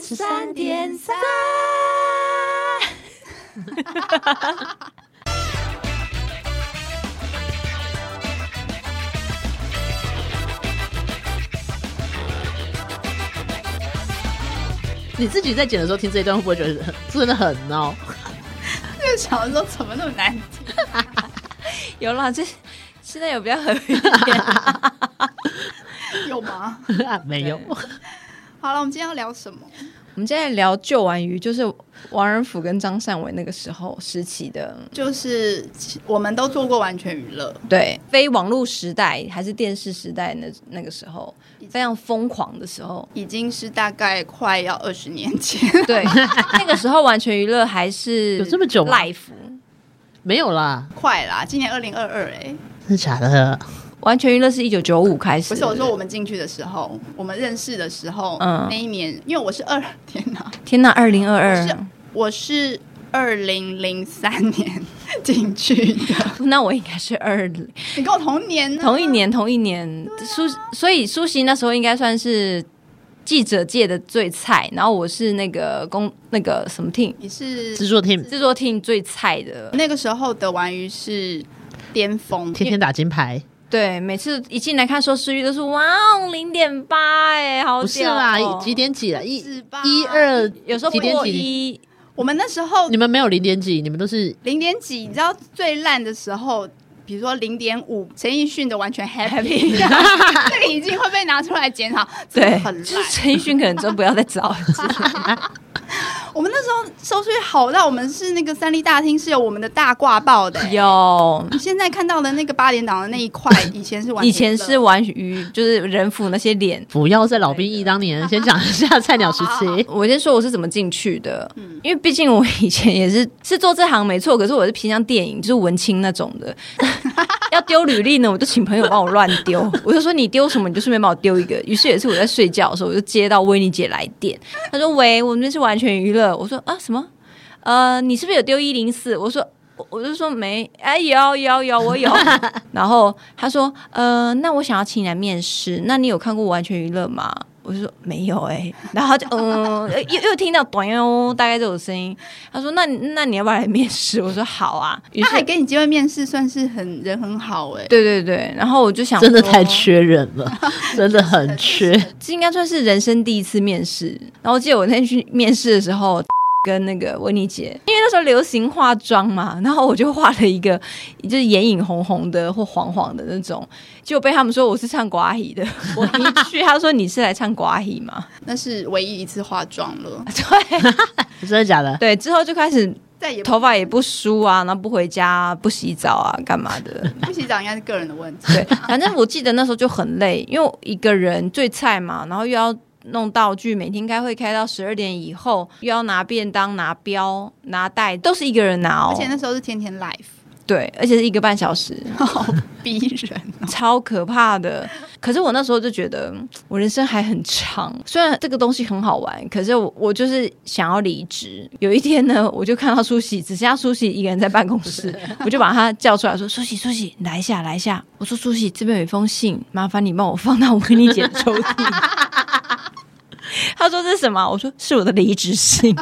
十三点三。你自己在剪的时候听这一段，会不会觉得真的很闹？就想说怎么那么难听？有啦，这现在有比较和平一点。有吗？ 没有，好了，我们今天要聊什么？我们今天聊旧玩鱼，就是王仁甫跟张善伟那个时候时期的，就是我们都做过完全娱乐，对，非网络时代还是电视时代那那个时候非常疯狂的时候，已经是大概快要二十年前。 对，那个时候完全娱乐还是有这么久吗 life，没有啦，快啦，今年二零二二哎，真的假的？完全娱乐是一九九五开始，不是我说我们进去的时候，我们认识的时候，嗯那一年，因为我是二，天哪，天呐，二零二我是二， 我是二零零三年进去的， 那我应该是二你跟我同年呢，同一年同一年，苏、所以苏西那时候应该算是记者界的最菜，然后我是那个公那个什么 team 你是制作 team 制作 team 最菜的，那个时候的玩鱼是巅峰，天天打金牌，对，每次一进来看收视率都是哇哦零点八哎，好不是屌啦哦，几？点几了？一是吧一二，有时候几不点过几？一，我们那时候你们没有零点几，你们都是零点几，嗯你知道最烂的时候，比如说零点五，陈奕迅的完全 happy，这 个已经会被拿出来检讨，真的对，很就是烂。陈奕迅可能真不要再找了， 我们那时候收视率好到，我们是那个三立大厅是有我们的大挂报 的、欸。有。你现在看到的那个八点档的那一块，以前是完全以前是玩鱼，就是人腐那些脸，。不要在老兵役当年，先讲一下菜鸟时期 我先说我是怎么进去的，因为毕竟我以前也是是做这行没错，可是我是偏向电影，就是文青那种的。 要丢履历呢，我就请朋友帮我乱丢，我就说你丢什么，你就顺便帮我丢一个。于是有一次我在睡觉的时候，我就接到威尼姐来电，她说：“喂，我们这是完全娱乐。”我说：“啊，什么？呃，你是不是有丢一零四？”我说。我我就说没，哎，有有有，我有。 然后她说，呃，那我想要请你来面试，那你有看过《完全娱乐》吗？我就说没有哎、然后她就嗯，呃又又听到短哟，大概这种声音。她说，那那你要不要来面试？我说好啊。于他还是，给你机会面试，算是很人很好哎、对对对，然后我就想，真的太缺人 了，真的很缺。这应该算是人生第一次面试。然后我记得我那天去面试的时候， 跟那个维尼姐，因为那时候流行化妆嘛，然后我就画了一个就是眼影红红的或黄黄的那种，结果被他们说我是唱寡戏的。我一 去，他说你是来唱寡戏吗？那是唯一一次化妆了，对真的假的？对，之后就开始再也不头发也不梳啊，然后不回家、不洗澡啊，干嘛的？不洗澡应该是个人的问题。对，反正我记得那时候就很累，因为我一个人最菜嘛，然后又要弄道具，每天开会开到十二点以后，又要拿便当、拿标、拿袋，都是一个人拿哦。而且那时候是天天 live，对，而且是一个半小时，好逼人哦。超可怕的。可是我那时候就觉得，嗯我人生还很长，虽然这个东西很好玩，可是我我就是想要离职。有一天呢，我就看到苏喜，只剩下苏喜一个人在办公室，我就把他叫出来说：“苏喜，苏喜，来一下，来一下。”我说：“苏喜，这边有一封信，麻烦你帮我放到我跟你姐的抽屉。”他说：“这是什么？”我说：“是我的离职信。”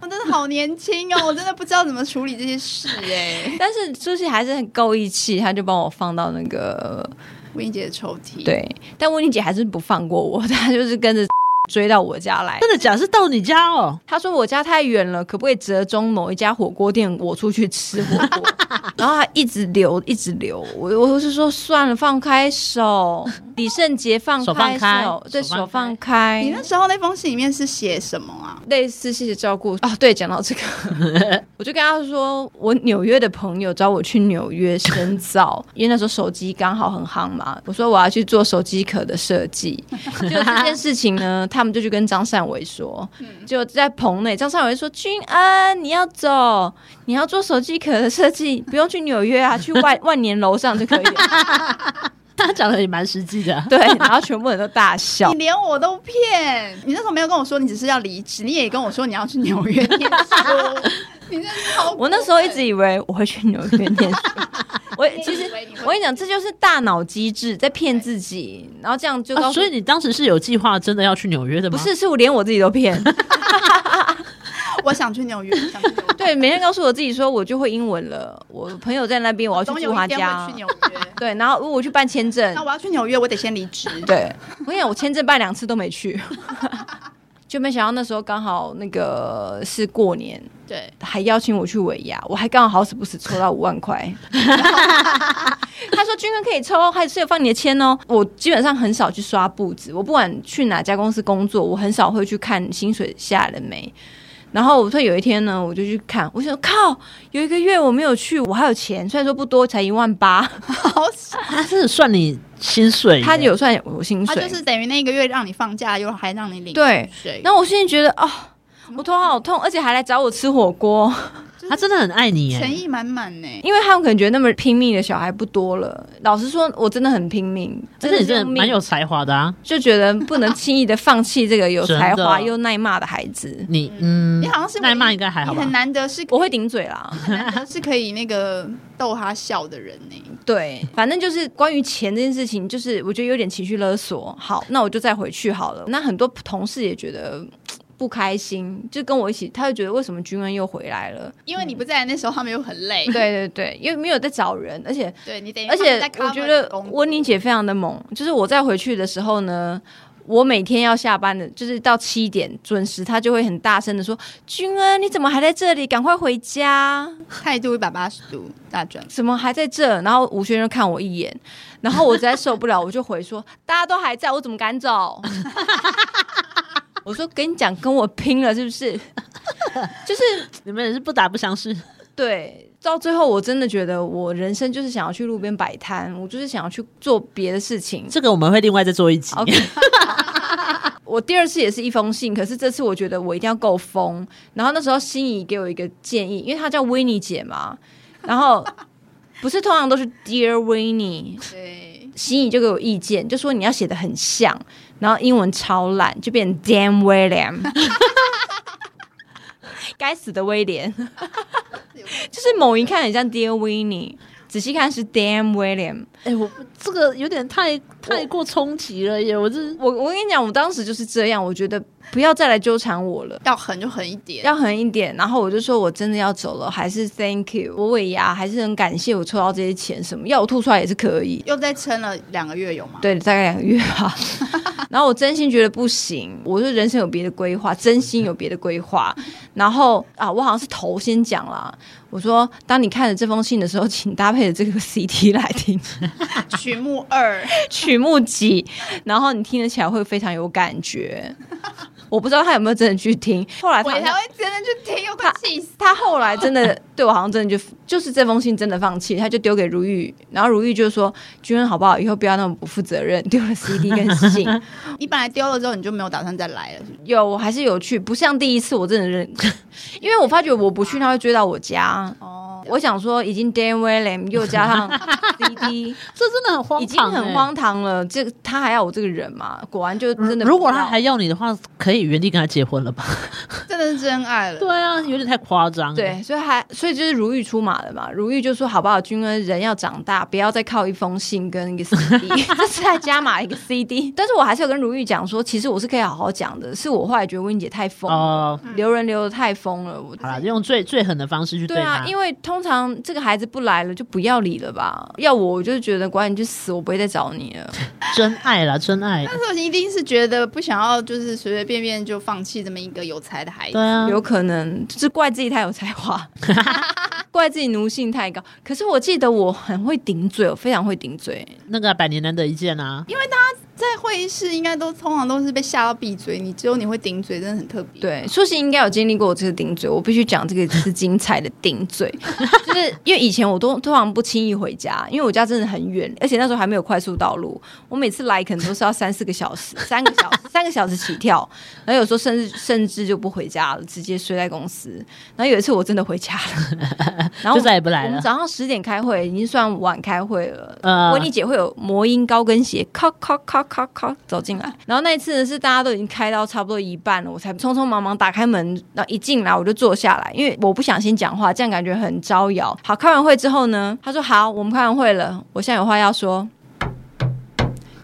我真的好年轻 哦，我真的不知道怎么处理这些事 哎。但是苏喜还是很够义气，他就帮我放到那个维尼姐的抽屉，，对，但温妮姐还是不放过我， 她就是跟着追到我家来。真的假是到你家哦？ 她说我家太远了，可不可以折中某一家火锅店，我出去吃火锅？ 然后她一直留，一直留。我我是说算了，放开手。李圣杰放手放开开手，对手手放放开。你那时候那封信里面是写什么啊？类似谢谢照顾啊，对，讲到 这个，我就跟他说，我纽约的朋友找我去纽约深 造，因为那时候手机刚好很夯嘛。我说我要去做手机壳的设 计，就这件事情呢，他们就去跟张善伟说，就在棚内，张善伟说：“君恩，你要走，你要做手机壳的设计，不用去纽约 啊，去万万年楼上就可以了。 他讲的也蛮实际的”。对，然后全部人都大笑你。连我都骗，你那时候没有跟我说你只是要离职，你也跟我说你要去纽约念书，你真的好过分。我那时候一直以为我会去纽约念 书，我其实我跟你讲，这就是大脑机制在骗自己，然后这样就告啊，诉、所以你当时是有计划真的要去纽约的吗？不是，是我连我自己都骗。 我想去纽约，我想去纽约。对，每天告诉我自己说，我就会英文了。我朋友在那边，我要去总有住他一天家会去。纽 约。对，然后我去办签证那，我要去纽约，我得先离职。对，我跟你讲，我签证办两次都没去， 就没想到那时候刚好那个是过年，对，还邀请我去尾牙，我还刚好好死不死抽到五万 块。他说：“军哥可以抽，还是有放你的签哦。”我基本上很少去刷步子，我不管去哪家公司工作，我很少会去看薪水下了没。然后我说有一天呢，我就去看，我想靠，有一个月我没有去，我还有钱，虽然说不多，才一万 八，好傻，他是算你薪水耶，他有算我薪他水，哎啊就是等于那个月让你放假，又还让你领对水。然后我心里觉得哦，我头好痛，而且还来找我吃火锅，他真的很爱你耶，诚意满满呢。因为他们可能觉得那么拼命的小孩不多了。老实说，我真的很拼命，而且你真是的蛮有才华的啊，就觉得不能轻易的放弃这个有才 真华的哦又耐骂的孩子。你嗯你，好像是唯一那骂应该还好你吧很？难得是我会顶嘴啦， 很 难得是可以那个逗他笑的人呢。对，反正就是关于钱这件事情，就是我觉得有点情绪勒索。好，那我就再回去好了。那很多同事也觉得嘖不开心，就跟我一起，他就觉得为什么君恩又回来 了？因为你不在那时候，他们又很累。对对对，因为没有在找人，而且 对你等于而欸他且们在 cover 我觉得你工作温妮姐非常的猛，就是我再回去的时候呢，我每天要下班的，就是到七点准时，她就会很大声的说：“君恩，你怎么还在这里？赶快回家！态度一百八十度大转。怎么还在这？”然后吴轩就看我一眼，然后我实在受不了，我就回说：“大家都还在，我怎么敢走？” 我说：“跟你讲，跟我拼了是不是？ 就是你们也是不打不相识，对，到最后我真的觉得我人生就是想要去路边摆摊，我就是想要去做别的事情。”这个我们会另外再做一集。 OK，我第二次也是一封信，可是这次我觉得我一定要够疯。然后那时候心仪给我一个建议，因为她叫维尼姐嘛，然后不是通常都是 Dear w i n n i 对，心仪就给我意见，就说你要写的很像，然后英文超烂，就变成 Dan William。该死的威廉，就是某一看很像 Dear w i n n i 仔细看是 Dan William。哎、我这个有点太太过冲击了耶！我这我我跟你讲，我当时就是这样，我觉得不要再来纠缠我了。要狠就狠一点。要狠一点，然后我就说我真的要走了，还是 thank you，我尾牙还是很感谢我抽到这些钱，什么要我吐出来也是可以，又再撑了两个月有吗？对，大概两个月吧。然后我真心觉得不行，我说人生有别的规划，真心有别的规划。然后啊，我好像是头先讲啦，我说当你看着这封信的时候，请搭配着这个 CT 来听曲目 二，曲目集，然后你听得起来会非常有感觉。我不知道他有没有真的去听，后来他我好像才会真的去听，又快气死。他后来真 的对我好像真的就就是这封信真的放弃，他就丢给如玉，然后如玉就说：“君恩好不好？以后不要那么不负责任，丢了 CD 跟信。你本来丢了之后，你就没有打算再来了，是不是”有，我还是有去，不像第一次，我真的认，因为我发觉我不去，他会追到我家。哦，我想说，已经 Dan William 又 加上 CD，这真的很荒唐、欸已经很。荒唐了。这个他还要我这个人嘛？果然就真的不要。如果他还要你的话，可以原地跟他结婚了吧？真的是真爱了。 对啊，有点太夸张。，对，所以还所以就是如玉出马了嘛。如玉就说：“好不好，君恩，人要长大，不要再靠一封信跟一个 CD，这次还加码一个 CD。”但是我还是有跟如玉讲说，其实我是可以好好讲的，是我后来觉得温姐太疯，哦、留人留的太疯了。我好了，用最最狠的方式去对他。啊，因为通常这个孩子不来了，就不要理了吧。要我，我就觉得管你去死，我不会再找你了。真爱啦，真爱。但是我一定是觉得不想要，就是随随便便就放弃这么一个有才的孩对子。啊， 有可能就是怪自己太有才 华，怪自己奴性太高。可是我记得我很会顶嘴，我非常会顶嘴。那个百年难得一见啊，在会议室应该都通常都是被吓到闭嘴，你只有你会顶嘴，真的很特别。对，舒淇应该有经历过我这个顶嘴，我必须讲这个是精彩的顶嘴， 就是因为以前我都通常不轻易回家，因为我家真的很远，而且那时候还没有快速道路，我每次来可能都是要三四个小时， 三个小时，三个小时起跳，然后有时候甚至甚至就不回家了，直接睡在公司。然后有一次我真的回家 了，然后就再也不来我们了。早上十点开会，已经算晚开会了。呃温妮姐会有魔音高跟鞋，咔咔咔咔咔走进来。然后那一次呢，是大家都已经开到差不多一半了，我才匆匆忙忙打开门，然后一进来我就坐下来，因为我不想先讲话，这样感觉很招摇。好，开完会之后呢，他说好，我们开完会了，我现在有话要说。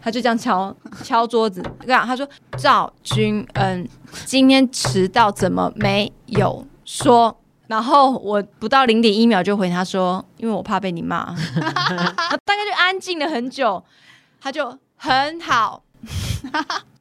他就这样敲敲桌子，这样他说：“赵君恩，今天迟到怎么没有说？”然后我不到零点一秒就回他说：“因为我怕被你骂。”然后大概就安静了很久，他就很 好，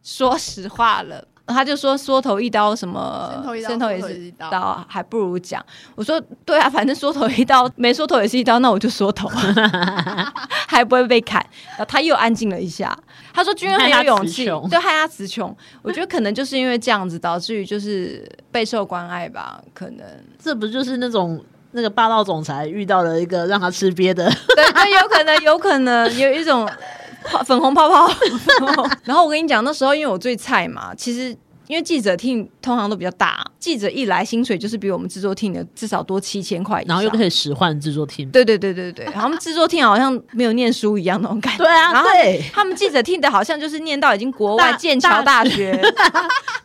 说实话了。他就说缩头一刀什么，伸头一刀也缩头是一刀刀，还不如讲。我说对啊，反正缩头一刀，没缩头也是一刀，那我就缩头，啊 还不会被砍。然后他又安静了一下，他说军人很有勇气，害他词穷对，害他词穷。我觉得可能就是因为这样子，导致于就是备受关爱吧，可能这不就是那种那个霸道总裁遇到了一个让他吃瘪的？对对，有可能，有可能有一种泡粉红泡泡。 然后我跟你讲，那时候因为我最菜嘛，其实。因为记者 team 通常都比较大，记者一来薪水就是比我们制作 team 的至少多七千块以上，然后又可以使唤制作 team。对对对对 对，他们制作 team 好像没有念书一样那种感觉。对啊，然后对，他们记者 team 的好像就是念到已经国外大剑桥 大学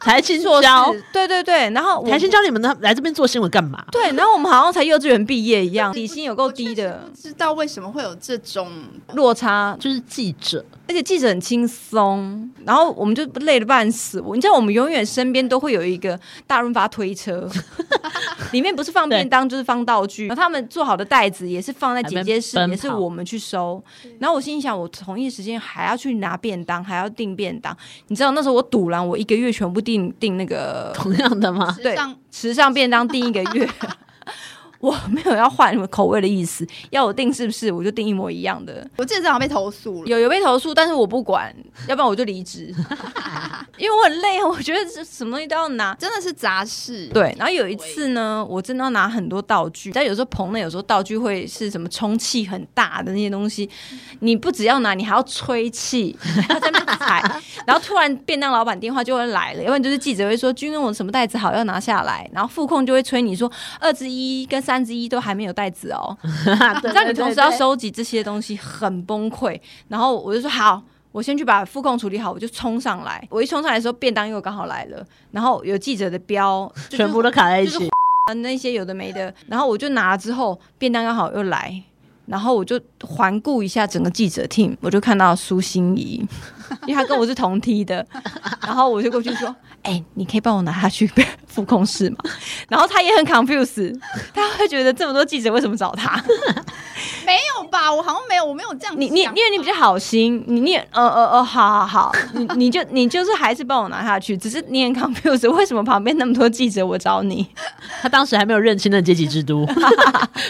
台青硕教士，对对对，然后我台青教你们呢来这边做新闻干嘛？对，然后我们好像才幼稚园毕业一样，底薪有够低的不知道为什么会有这种落差，就是记者，而且记者很轻松，然后我们就累得半死。我你知道，我们永远身边都会有一个大润发推 车，里面不是放便当就是放道具，然后他们做好的袋子也是放在剪接室还，没奔跑也是我们去收。然后我心里想，我同一时间还要去拿便当，还要订便当。你知道那时候我堵了，我一个月全部订订那个同样的吗？时对尚时尚便当订一个月。我没有要换口味的意思，要我订是不是我就订一模一样的。我记得这好像被投诉了，有有被投诉，但是我不管，要不然我就离职， 因为我很累，啊我觉得这什么东西都要拿。真的是杂事。对，然后有一次呢，我真的要拿很多道具，但有时候棚内有时候道具会是什么充气很大的那些东西，你不只要拿，你还要吹气， 还要在那边踩，然后突然便当老板电话就会来了，要不然就是记者会说军人我什么袋子好要拿下来，然后副控就会催你说二之一跟三之一都还没有袋子哦，你知道你同时要收集这些东西很崩溃，然后我就说好。我先去把副控处理好，我就冲上来。我一冲上来的时候，便当又刚好来了，然后有记者的标，就是全部都卡在一起，啊，那些有的没的，然后我就拿了之后，便当刚好又来，然后我就环顾一下整个记者 team，我就看到苏欣怡， 因为她跟我是同梯的，然后我就过去说：“哎、你可以帮我拿她去 副控室吗？”然后她也很 confused，她会觉得这么多记者为什么找她？没有吧？我好像没有，我没有这样想。你你因为你比较好心，你你也呃呃呃，好好好， 你你就你就是还是帮我拿下去，只是你很 confused，为什么旁边那么多记者我找你？他当时还没有认清的阶级制度，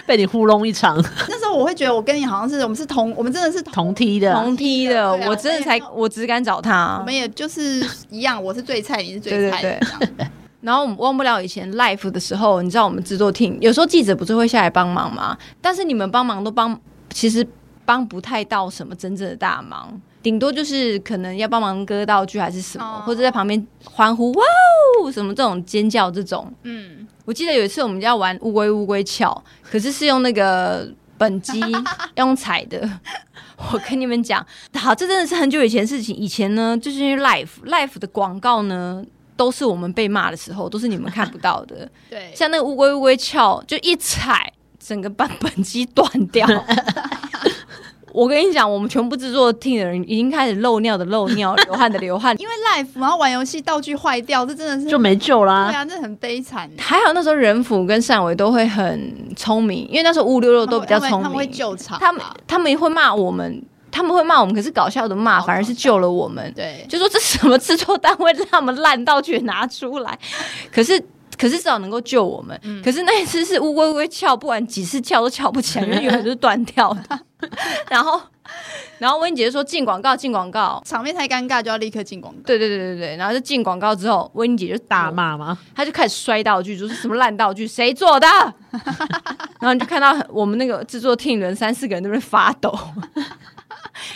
被你糊弄一场。 那时候我会觉得我跟你好像是我们是同，我们真的是同，同梯的，同梯的，对啊我真的才对啊我只敢找他我。们也就是一样，我是最菜，你是对对最菜的对这样。 然后我们忘不了以前 l i f e 的时候，你知道我们制作 team 有时候记者不是会下来帮忙吗？但是你们帮忙都帮，其实帮不太到什么真正的大忙，顶多就是可能要帮忙割道具还是什么，哦或者在旁边欢呼哇哦什么这种尖叫这种。嗯，我记得有一次我们要玩乌龟乌龟壳，可是是用那个本 机要用踩的。我跟你们讲，好，这真的是很久以前的事情。以前呢，就是因为 Life Life 的广告呢，都是我们被骂的时候，都是你们看不到的。对，像那个乌龟乌龟壳，就一踩，整个把 本机断 掉。我跟你讲，我们全部制作 team 的人已经开始漏尿的漏尿，流汗的流汗， 因为 life 然后玩游戏道具坏掉，这真的是就没救对啦。啊，这很悲惨。还好那时候人府跟汕尾都会很聪明，因为那时候五五六六都比较他们聪他们会明，救场吧，他们他们会骂我们，他们会骂我们，可是搞笑的骂，好反而是救了我们，对，就说这什么制作单位让我们烂道具拿出来，可是。可是至少能够救我们。可是那一次是乌龟龟翘，不管几次翘都翘不起来，因为原本就是断掉的。然后，然后温姐就说进广告，进广告。场面太尴尬就要立刻进广告。对对对对对。然后就进广告之后，温姐就大打骂吗？他就开始摔道具，就是什么烂道具，谁做的？然后你就看到我们那个制作 team 人三四个人在那边发抖。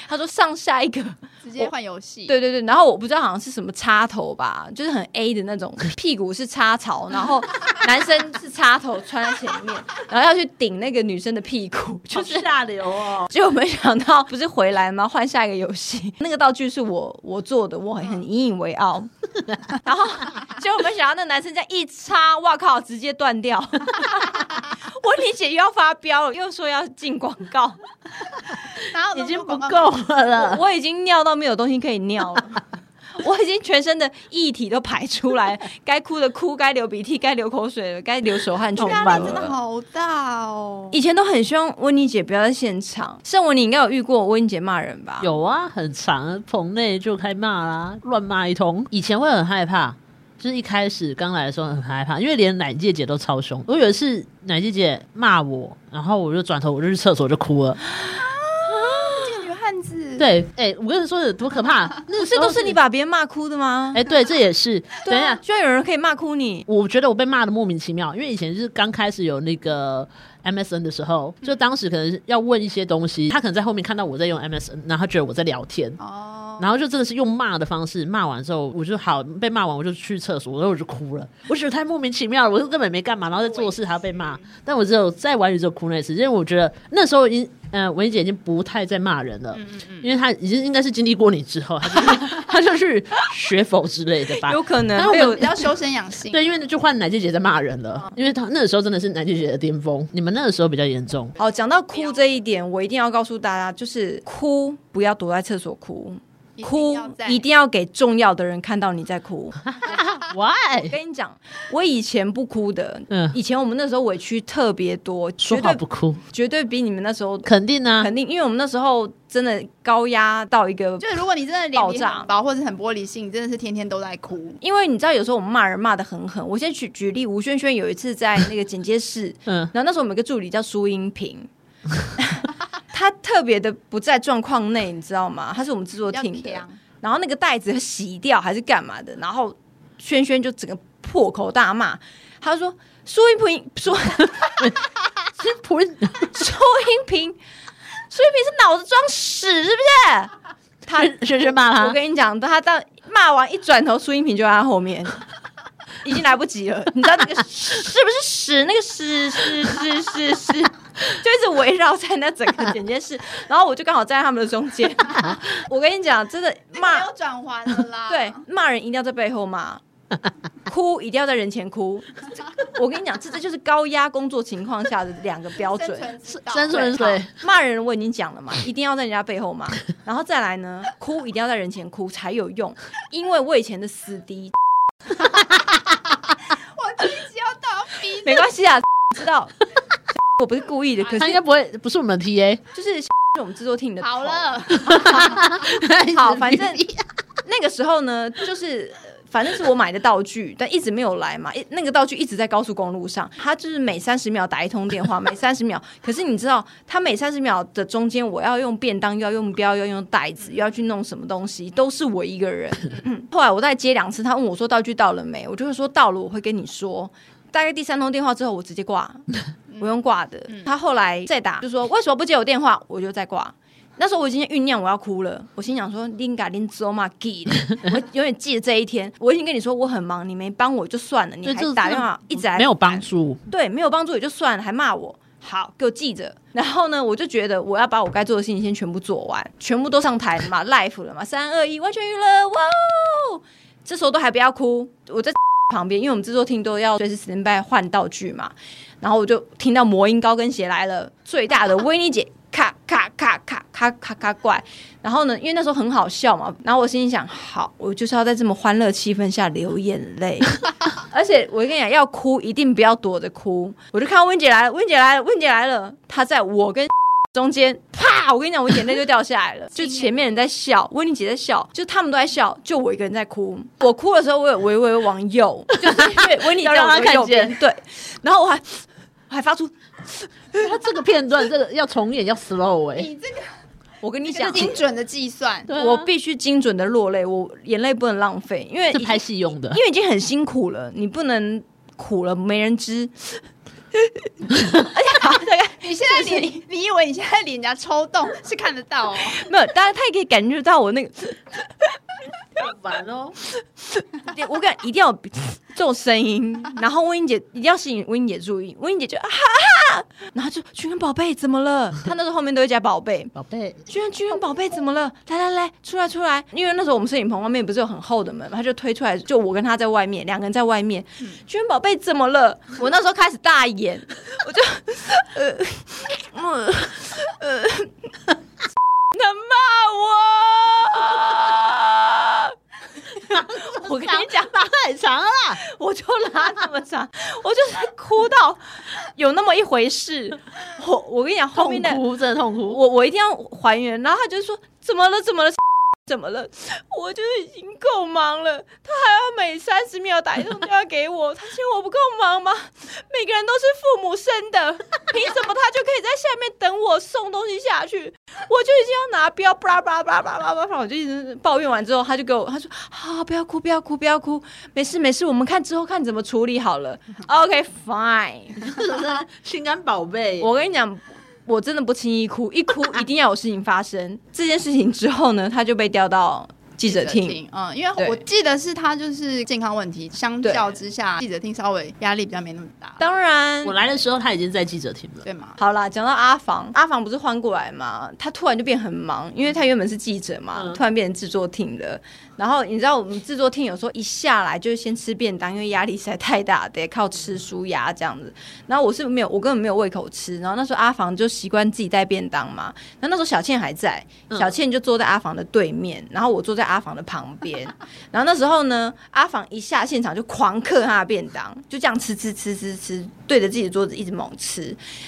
他说上下一个，直接换游戏。对对对，然后我不知道好像是什么插头吧，就是很 A 的那种， 屁股是插槽，然后 男生是插头穿在前面，然后要去顶那个女生的屁股， 就是下流哦，结果没想到不是回来吗？换下一个游戏， 那个道具是我我做的，我很很引以为傲。 然后 结果没想到那男生这样一插，哇靠，直接断掉。 我理解又要发飙了，又说要进广告，然后已经不广告够了了。 我已经尿到没有东西可以尿 了。我已经全身的液体都排出 来，该哭的哭，该流鼻涕，该流口水了，该流手汗，全好压烦力啊真的了。好大哦。以前都很希望温妮姐不要在现场，盛文你应该有遇过温妮姐骂人吧？，有啊，很长，棚内就开骂啦，乱骂一通。以前会很害怕，就是一开始刚来的时候很害怕，因为连奶姐姐都超凶。我有一次奶姐姐骂我，然后我就转头我就去厕所就哭 了。这个女汉子，，对，哎、我跟你说有多可 怕，不那个是时候都是你。把别人骂哭的吗？哎、 对，这也是。等一啊下，居然有人可以骂哭你，我觉得我被骂的莫名其妙，因为以前是刚开始有那个 MSN 的时候，就当时可能要问一些东西，他可能在后面看到我在用 MSN，然后他觉得我在聊天，哦，然后就真的是用骂的方式，骂完之后我就好被骂完，我就去厕所，然后我就哭了，我觉得太莫名其妙了，我就根本没干嘛，然后在做事还要被骂，但我只有在玩宇宙哭那一次，因为我觉得那时候已经，呃，文怡姐已经不太在骂人嗯了，因为她已经应该是经历过你之后，她就她就去学否之类的啊吧有。可能然后被我我比较修身养性。对，因为就换奶姐姐在骂人嗯了，因为她那个时候真的是奶姐姐的巅峰，你们那个时候比较严 重。好，讲到哭这一点，我一定要告诉大家，就是哭不要躲在厕所哭，一定哭要在一定要给重要的人看到你在哭。我 Why？跟你讲，我以前不哭的，嗯以前我们那时候委屈特别多，绝说好对不哭，绝对比你们那时候 肯定啊，肯定，因为我们那时候真的高压到一个。就是如果你真的脸爆皮炸很薄或者很玻璃心，你真的是天天都在哭。因为你知道，有时候我们骂人骂的很狠。我先举举例，吴轩轩有一次在那个剪接室，嗯，然后那时候我们有个助理叫苏英平， 他特别的不在状况内，你知道吗？他是我们制作要厅的，强然后那个袋子洗掉还是干嘛的，然后轩轩就整个破口大骂，他说苏英平 说啊是 普苏英平，苏英平是脑子装屎是不是？ 他轩轩骂我他，跟你讲，他到骂完一转头，苏英平就在他后 面，已经来不及了。你知道那个是不是屎？那个屎屎屎屎屎， 就一直围绕在那整个整件事。然后我就刚好站在他们的中 间。我跟你讲，真的没骂有转弯了 啦。对骂人一定要在背后骂。哭一定要在人前哭，我跟你讲，这这就是高压工作情况下的两个标准。生存之道，生对存水。骂人我已经讲了 嘛，一定要在人家背后骂，然后再来呢，哭一定要在人前哭才有用，因为我以前的死敌，我自己要到逼没关系啊，知道， 我不是故意的，可他是应该不会，不是我们的 TA。就是是我们制作 team 的头好，了， 好，反正那个时候呢，就是。呃反正是我买的道具，但一直没有来嘛。一那个道具一直在高速公路上，他就是每三十秒打一通电话，每三十秒。可是你知道，他每三十秒的中间，我要用便当，又要用标，又要用袋子，又要去弄什么东西，都是我一个人。嗯后来我再接两次，他问我说道具到了没，我就会说到了，我会跟你说。大概第三通电话之后，我直接挂，我用挂的。他后来再打，就说为什么不接我电话，我就再挂。那时候我已经酝酿我要哭了，我心想说林嘎林走嘛 g 我永远记得这一天。我已经跟你说我很忙，你没帮我就算了，你对还这打真的电话一直来没有帮助，对，没有帮助也就算了，还骂我。好，给我记着。然后呢，我就觉得我要把我该做的事情先全部做完，全部都上台嘛 ，live 了嘛，三二一，完全娱乐，哇哦！这时候都还不要哭，我在 旁边，因为我们制作厅都要随时 stand by 换道具嘛。然后我就听到魔音高跟鞋来了，最大的 威尼姐，咔咔咔咔咔咔咔过来。然后呢，因为那时候很好笑嘛，然后我心里想，好，我就是要在这么欢乐气氛下流眼 泪。而且我跟你讲，要哭一定不要躲着哭。我就看到温姐来了，温姐来了，温姐来了，她在我跟中间，啪！我跟你讲，我眼泪就掉下来 了。就前面人在笑，温妮姐在笑，就他们都在笑，就我一个人在哭。我哭的时候，我有微微往 右，就是因为温妮要让在我她看右边，对。然后我还我还发出，他这个片段，这个要重演要 slow 哎、 你这个我跟你是讲，精准的计算，对啊我必须精准的落泪，我眼泪不能浪费，因为这已拍戏用的因，为已经很辛苦了，你不能苦了没人知。 而且好，大概你现在脸，你以为你现在脸颊抽动是看得到哦？没有，大家他也可以感觉到我那个，好烦哦。我感一定要有这种声音，然后温英姐一定要吸引温英姐注意，温英姐就啊哈哈，然后就君君宝贝怎么了？她那时候后面都会加宝贝，宝贝，君君君君宝贝怎么了？来来来，出来出来，因为那时候我们摄影棚外面不是有很厚的门嘛，她就推出来，就我跟她在外面，两个人在外面，君君宝贝怎么了？我那时候开始大呃演，我就呃。嗯呃骂我。我跟你讲，拉很长啊啦，我就拉那么长，我就是哭到有那么一回事。我我跟你讲，后痛面的哭真的痛哭。我我一定要还原。然后他就说怎么了怎么了 怎么了？我就是已经够忙了，他还要每三十秒打一通电话给我，他嫌我不够忙吗？ 每个人都是父母生的， 凭什么他就可以在下面等我送东西下去？我就已经要拿标，巴拉巴拉巴拉巴拉巴拉，我就一直抱怨完之后，他就给我他说 啊不要哭不要哭不要哭，没事没事，我们看之后看怎么处理好了。OK fine。心肝宝 贝，我跟你讲，我真的不轻易哭，一哭一定要有事情发生。这件事情之后呢，他就被调到记者厅。，嗯，因为对我记得是他就是健康问题，相对较之下，记者厅稍微压力比较没那么大，当然我，来的时候他已经在记者厅了。对吗？好啦，讲到阿房，阿房不是换过来嘛，他突然就变很忙，因为他原本是记者嘛，嗯突然变成制作厅了。然后你知道我们制作厅有时候一下来就是先吃便当，因为压力实在太大，得靠吃舒压这样子。然后我是没有，我根本没有胃口吃。然后那时候阿房就习惯自己带便当嘛。然后那时候小倩还在，嗯小倩就坐在阿房的对面，然后我坐在阿房的旁边。 然后那时候呢，阿房一下现场就狂嗑他的便当，就这样吃吃吃吃吃，对着自己的桌子一直猛吃。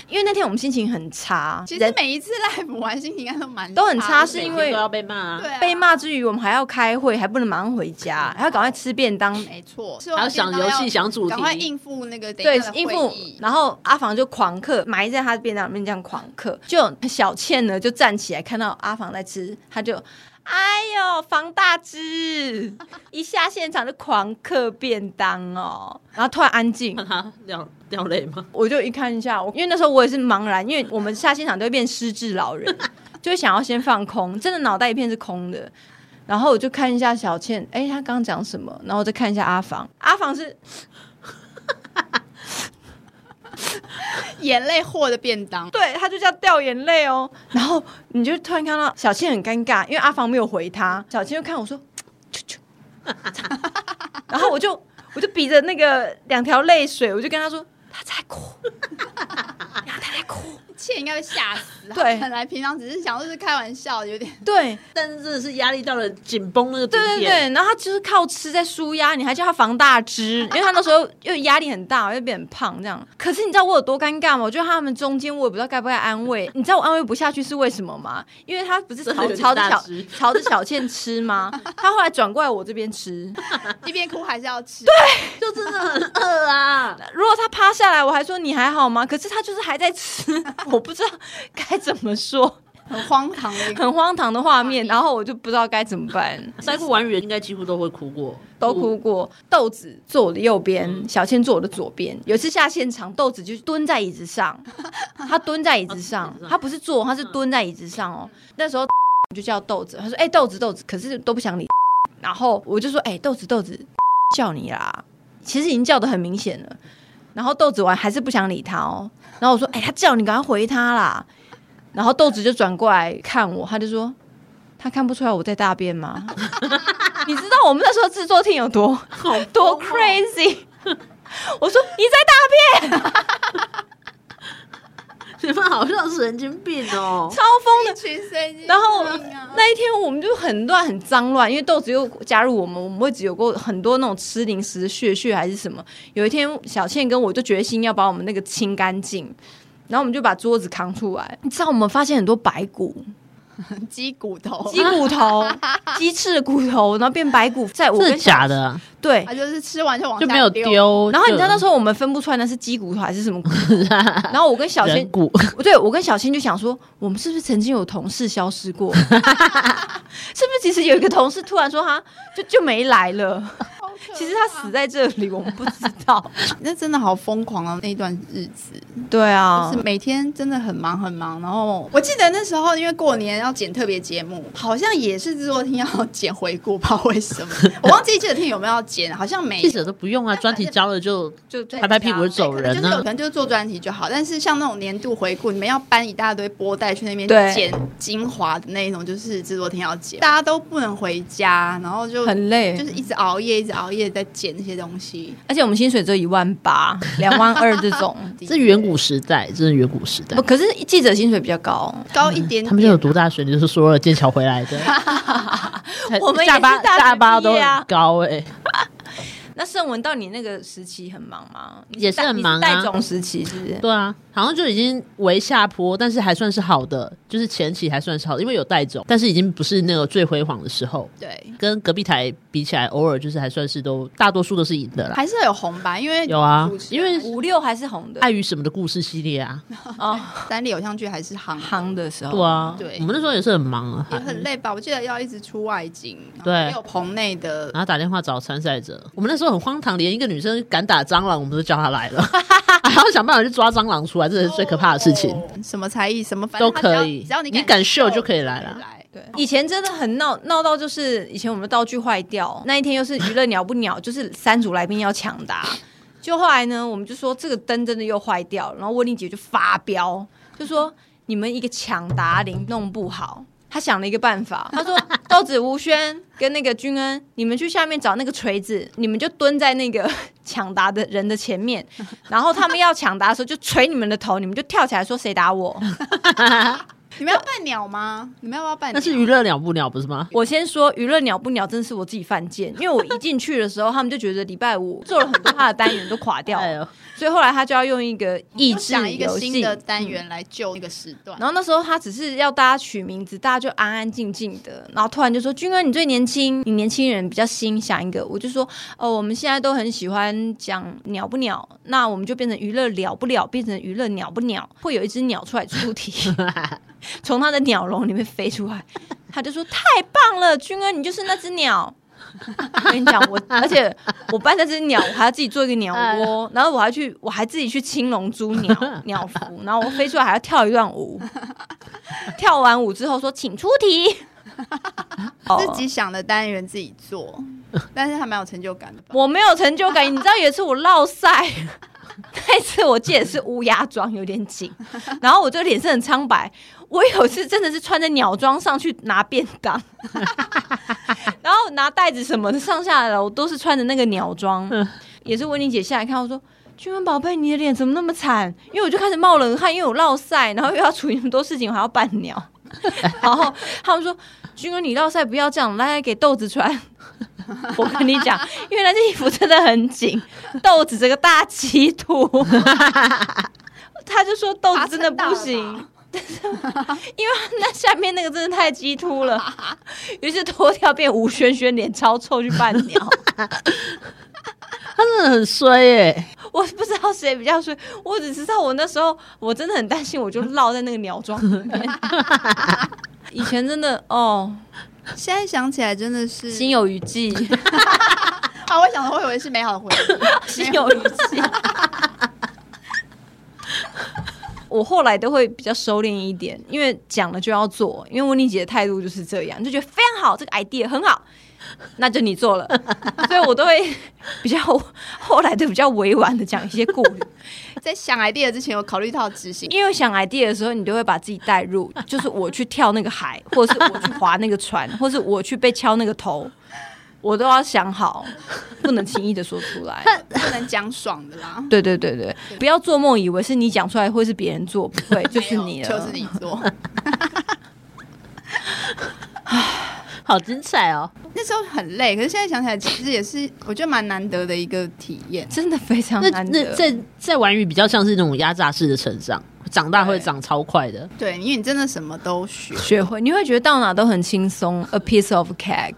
因为那天我们心情很差，其实啊人每一次 live 玩心情应该都蛮都很差的是因每为天都要被骂啊，对啊被骂之余，我们还要开会，还不能马上回家，还要赶快吃便当。没错，还要想游戏、想主赶快题，应付那个等对一下，的应会付议，然后阿房就狂嗑，埋在他的便当里面这样狂嗑。就小倩呢，就站起来看到阿房在吃，她就哎呦，房大只，一下现场就狂嗑便当哦，然后突然安静，让他掉掉泪吗？我就一看一下，我因为那时候我也是茫然，因为我们下现场都会变失智老人， 就会想要先放空，真的脑袋一片是空的。然后我就看一下小倩，哎，她刚刚讲什么？然后我再看一下阿房，阿房是眼泪和的便当，对，他就这样掉眼泪哦。然后你就突然看到小倩很尴尬，因为阿房没有回他，小倩就看我说，啾啾，然后我就我就比着那个两条泪水，我就跟他说，他在哭， 他在哭，倩应该会吓死。对本来平常只是想说是开玩笑，有点对。 但是真的是压力到了紧绷那个顶对对点，对，然后他就是靠吃在舒压，你还叫他防大只，因为他那时候又压力很大，又变很胖这样。可是你知道我有多尴尬吗？我觉得他们中间我也不知道该不该安慰。你知道我安慰不下去是为什么吗？因为他不是 真的朝有朝着点大小只朝着小倩吃吗？ 他后来转过来我这边吃。一边哭还是要吃。对，就真的很饿啊。如果他趴下来，我还说你还好吗？可是他就是还在吃， 我不知道该怎么说，很荒唐的 一个。很荒唐的画面。然后我就不知道该怎么办。 塞过完人应该几乎都会哭过，都哭过。豆子坐我的右边，小倩坐我的左边。有一次下现场，豆子就蹲在椅子上，他蹲在椅子上，嗯他不是坐，他是蹲在椅子上哦。那时候我就叫豆子，他说：“哎、豆子，豆子。”可是都不想理。然后我就说：“哎、豆子，豆子，叫你啦。”其实已经叫的很明显了。然后豆子完还是不想理他哦。然后我说：“哎、他叫你，赶快回他啦。”然后豆子就转过来看我，他就说：“他看不出来我在大便吗？” 你知道我们那时候制作厅有多好多 crazy？我说你在大便，。你们好像神经病哦超疯的一。群神经病啊然后那一天我们就很乱很脏乱，因为豆子又加入我们，我们会只有过很多那种吃零食血血还是什么。有一天小倩跟我就决心要把我们那个清干净，然后我们就把桌子扛出来，你知道我们发现很多白骨，鸡骨头，鸡骨头、鸡翅的骨头，然后变白骨，在我真的跟小假的啊？对啊，。就是吃完就往下就没有丢。丢。然后你知道那时候候我们分不出来那是鸡骨头还是什么骨头，然后我跟小倩人 骨，对我跟小新就想说，我们是不是曾经有同事消失过？ 是不是其实有一个同事突然说他就就没来了？好可怕其实他死在这里，我们不知道。那真的好疯狂啊！那段日子 对啊嗯就，是每天真的很忙很忙。然后我记得那时候因为过年要剪特别节目，好像也是制作厅要剪回顾，不知道为什 么，我忘记记者厅有没有要剪，好像没有记。者都不用啊，专题交了就就拍拍屁股就走可能人啊就是有呢可。能就是做专题就好，但是像那种年度回顾，你们要搬一大堆波带去那边对剪精华的那一种，就是制作厅要剪，大家都不能回家，然后就很累就是一直熬夜，一直熬熬夜在剪那些东西。而且我们薪水只有一万八、两万二这 种， 这远古时代，真的远古时代不，。啊可是记者薪水比较高。高一点点，他们就有读大学，你就是说了剑桥回 来的，我们也是下巴大学下巴都毕业啊很高哎、那盛文到你那个时期很忙吗？你也是带很你忙啊带种时期是不是？对啊，好像就已经为下坡，但是还算是好的，就是前期还算是好的，因为有带种，但是已经不是那个最辉煌的时候。对，跟隔壁台比起来，偶尔就是还算是都大多数都是赢的啦。还是有红吧，因为有啊主持因为五六还是红的碍于什么的故事系列啊，哦，三立偶像剧还是行夯的时候。对啊，对我们那时候也是很忙啊，也还很累吧？我记得要一直出外景，然后对也有棚内的，然后打电话找参赛者，我们那时候很荒唐，连一个女生敢打蟑螂，我们都叫她来了， 还要想办法去抓蟑螂出来，这是最可怕的事情。哦什么才艺什么反都正他只要可以只要你你敢秀秀就可以来了来对，以前真的很闹闹到就是以前我们的道具坏掉，那一天又是娱乐鸟不鸟，就是三组来宾要抢答。 就后来呢，我们就说这个灯真的又坏掉，然后温丽姐就发飙，就说你们一个抢答铃弄不好。她想了一个办 法，她说：“豆子、吴轩跟那个君恩，你们去下面找那个锤子，你们就蹲在那个抢答的人的前面，然后他们要抢答的时候就捶你们的头，你们就跳起来说谁打我。”你们要扮鸟吗？你们要不要扮 那鸟？是娱乐鸟不鸟不是吗？我先说娱乐鸟不鸟，真是我自己犯贱，因为我一进去的时候，他们就觉得礼拜五做了很多他的单元都垮掉哎了，呦，所以后来他就要用一个益就智想一个游新戏。嗯的单元来救那个时段。嗯然后那时候他只是要大家取名字，大家就安安静静的。然后突然就说：“君哥，你最年轻，你年轻人比较新，想一个。”我就说：“哦，我们现在都很喜欢讲鸟不鸟，那我们就变成娱乐了不了，变成娱乐鸟不鸟，会有一只鸟出来出 题，从它的鸟笼里面飞出来。”他就说：“太棒了，君哥，你就是那只鸟。”我跟你讲，我而且我搬那只鸟，我还要自己做一个鸟窝，然后我还去，我还自己去青龙珠鸟鸟服，然后我飞出来还要跳一段舞，跳完舞之后说请出题。自己想的单元自己 做，但是还蛮有成就感的吧？我没有成就感，你知道有一次我落赛，那一次我记得是乌鸦装有点紧，然后我就脸色很苍白。我有一次真的是穿着鸟装上去拿便当，然后拿袋子什么的上下来了，我都是穿着那个鸟装。也是温妮姐下来看我说。君文宝贝，你的脸怎么那么惨？因为我就开始冒冷汗，因为我落晒，然后又要处理那么多事情，我还要伴鸟。 然后他们说：“君文，你落晒不要这样，来给豆子穿。”我跟你讲，因为那件衣服真的很紧，豆子这个大鸡兔，他就说哦豆子真的不行把它撑大了，啊因为那下面那个真的太鸡突了，于是脱掉变吴轩轩，脸超臭去扮鸟。他真的很衰耶、我不知道谁比较衰，我只知道我那时候我真的很担心，我就落在那个鸟庄里 面。以前真的哦，现在想起来真的是心有余悸，啊！我想说，我以为是美好的回忆，心有余悸。我后来都会比较收敛一点，因为讲了就要做。因为温妮姐的态度就是这样，就觉得非常好，这个 idea 很好，那就你做了。所以我都会比较后来都比较委婉的讲一些顾虑。在想 idea 之前有考虑到执行，因为想 idea 的时候，你都会把自己带 入，就是我去跳那个海，或者是我去划那个船， 或是我去被敲那个头，我都要想好，不能轻易的说出 来。。不能讲爽的啦 对对对对，不要做梦以为是你讲出来会是别人做，不 会就是你了。就是你做。好精彩哦！那时候很累，可是现在想起来，其实也是我觉得蛮难得的一个体验。真的非常那难那得。在在玩鱼比较像是那种压榨式的成长，长大会对长超快的。 对，因为你真的什么 都学。学会你会觉得到哪都很轻松，a piece of cake，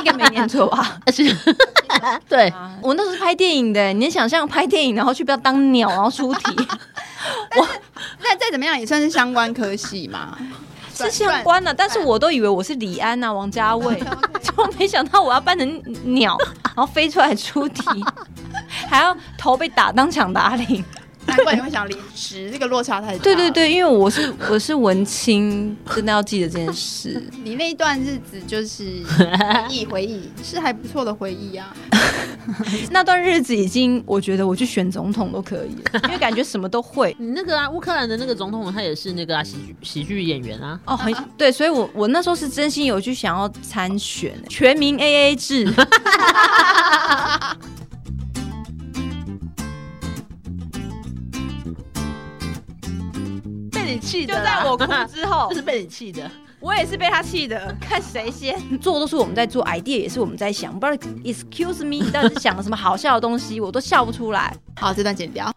应该没念错吧？而且，对， 我那时候是拍电影的，你能想象拍电影然后去不要当鸟，然后出 题？那再怎么样也算是相关科系嘛，是相关的，但是我都以为我是李安啊、王家卫， 就没想到我要扮成鸟，然后飞出来出题，还要头被打当抢答铃。哪难怪你会想离职，这个落差太大。对对，对，因为我是我是文青，真的要记得这件事。你那一段日子 就是回忆回忆，是还不错的回忆啊。那段日子已经，我觉得我去选总统都可以了，因为感觉什么都会。你那个啊，乌克兰的那个总统，他也是那个啊喜剧喜剧演员啊。哦，很对，所以我我那时候是真心有去想要参选全民 AA 制。被你气的就啦在 我哭之后这，是被你气的。我也是被他气的， 看谁先做都是我们在做，idea 也是我们在想，不知道 excuse me 你到底是想了什么好笑的东西，我都笑不出来。好，这段剪掉。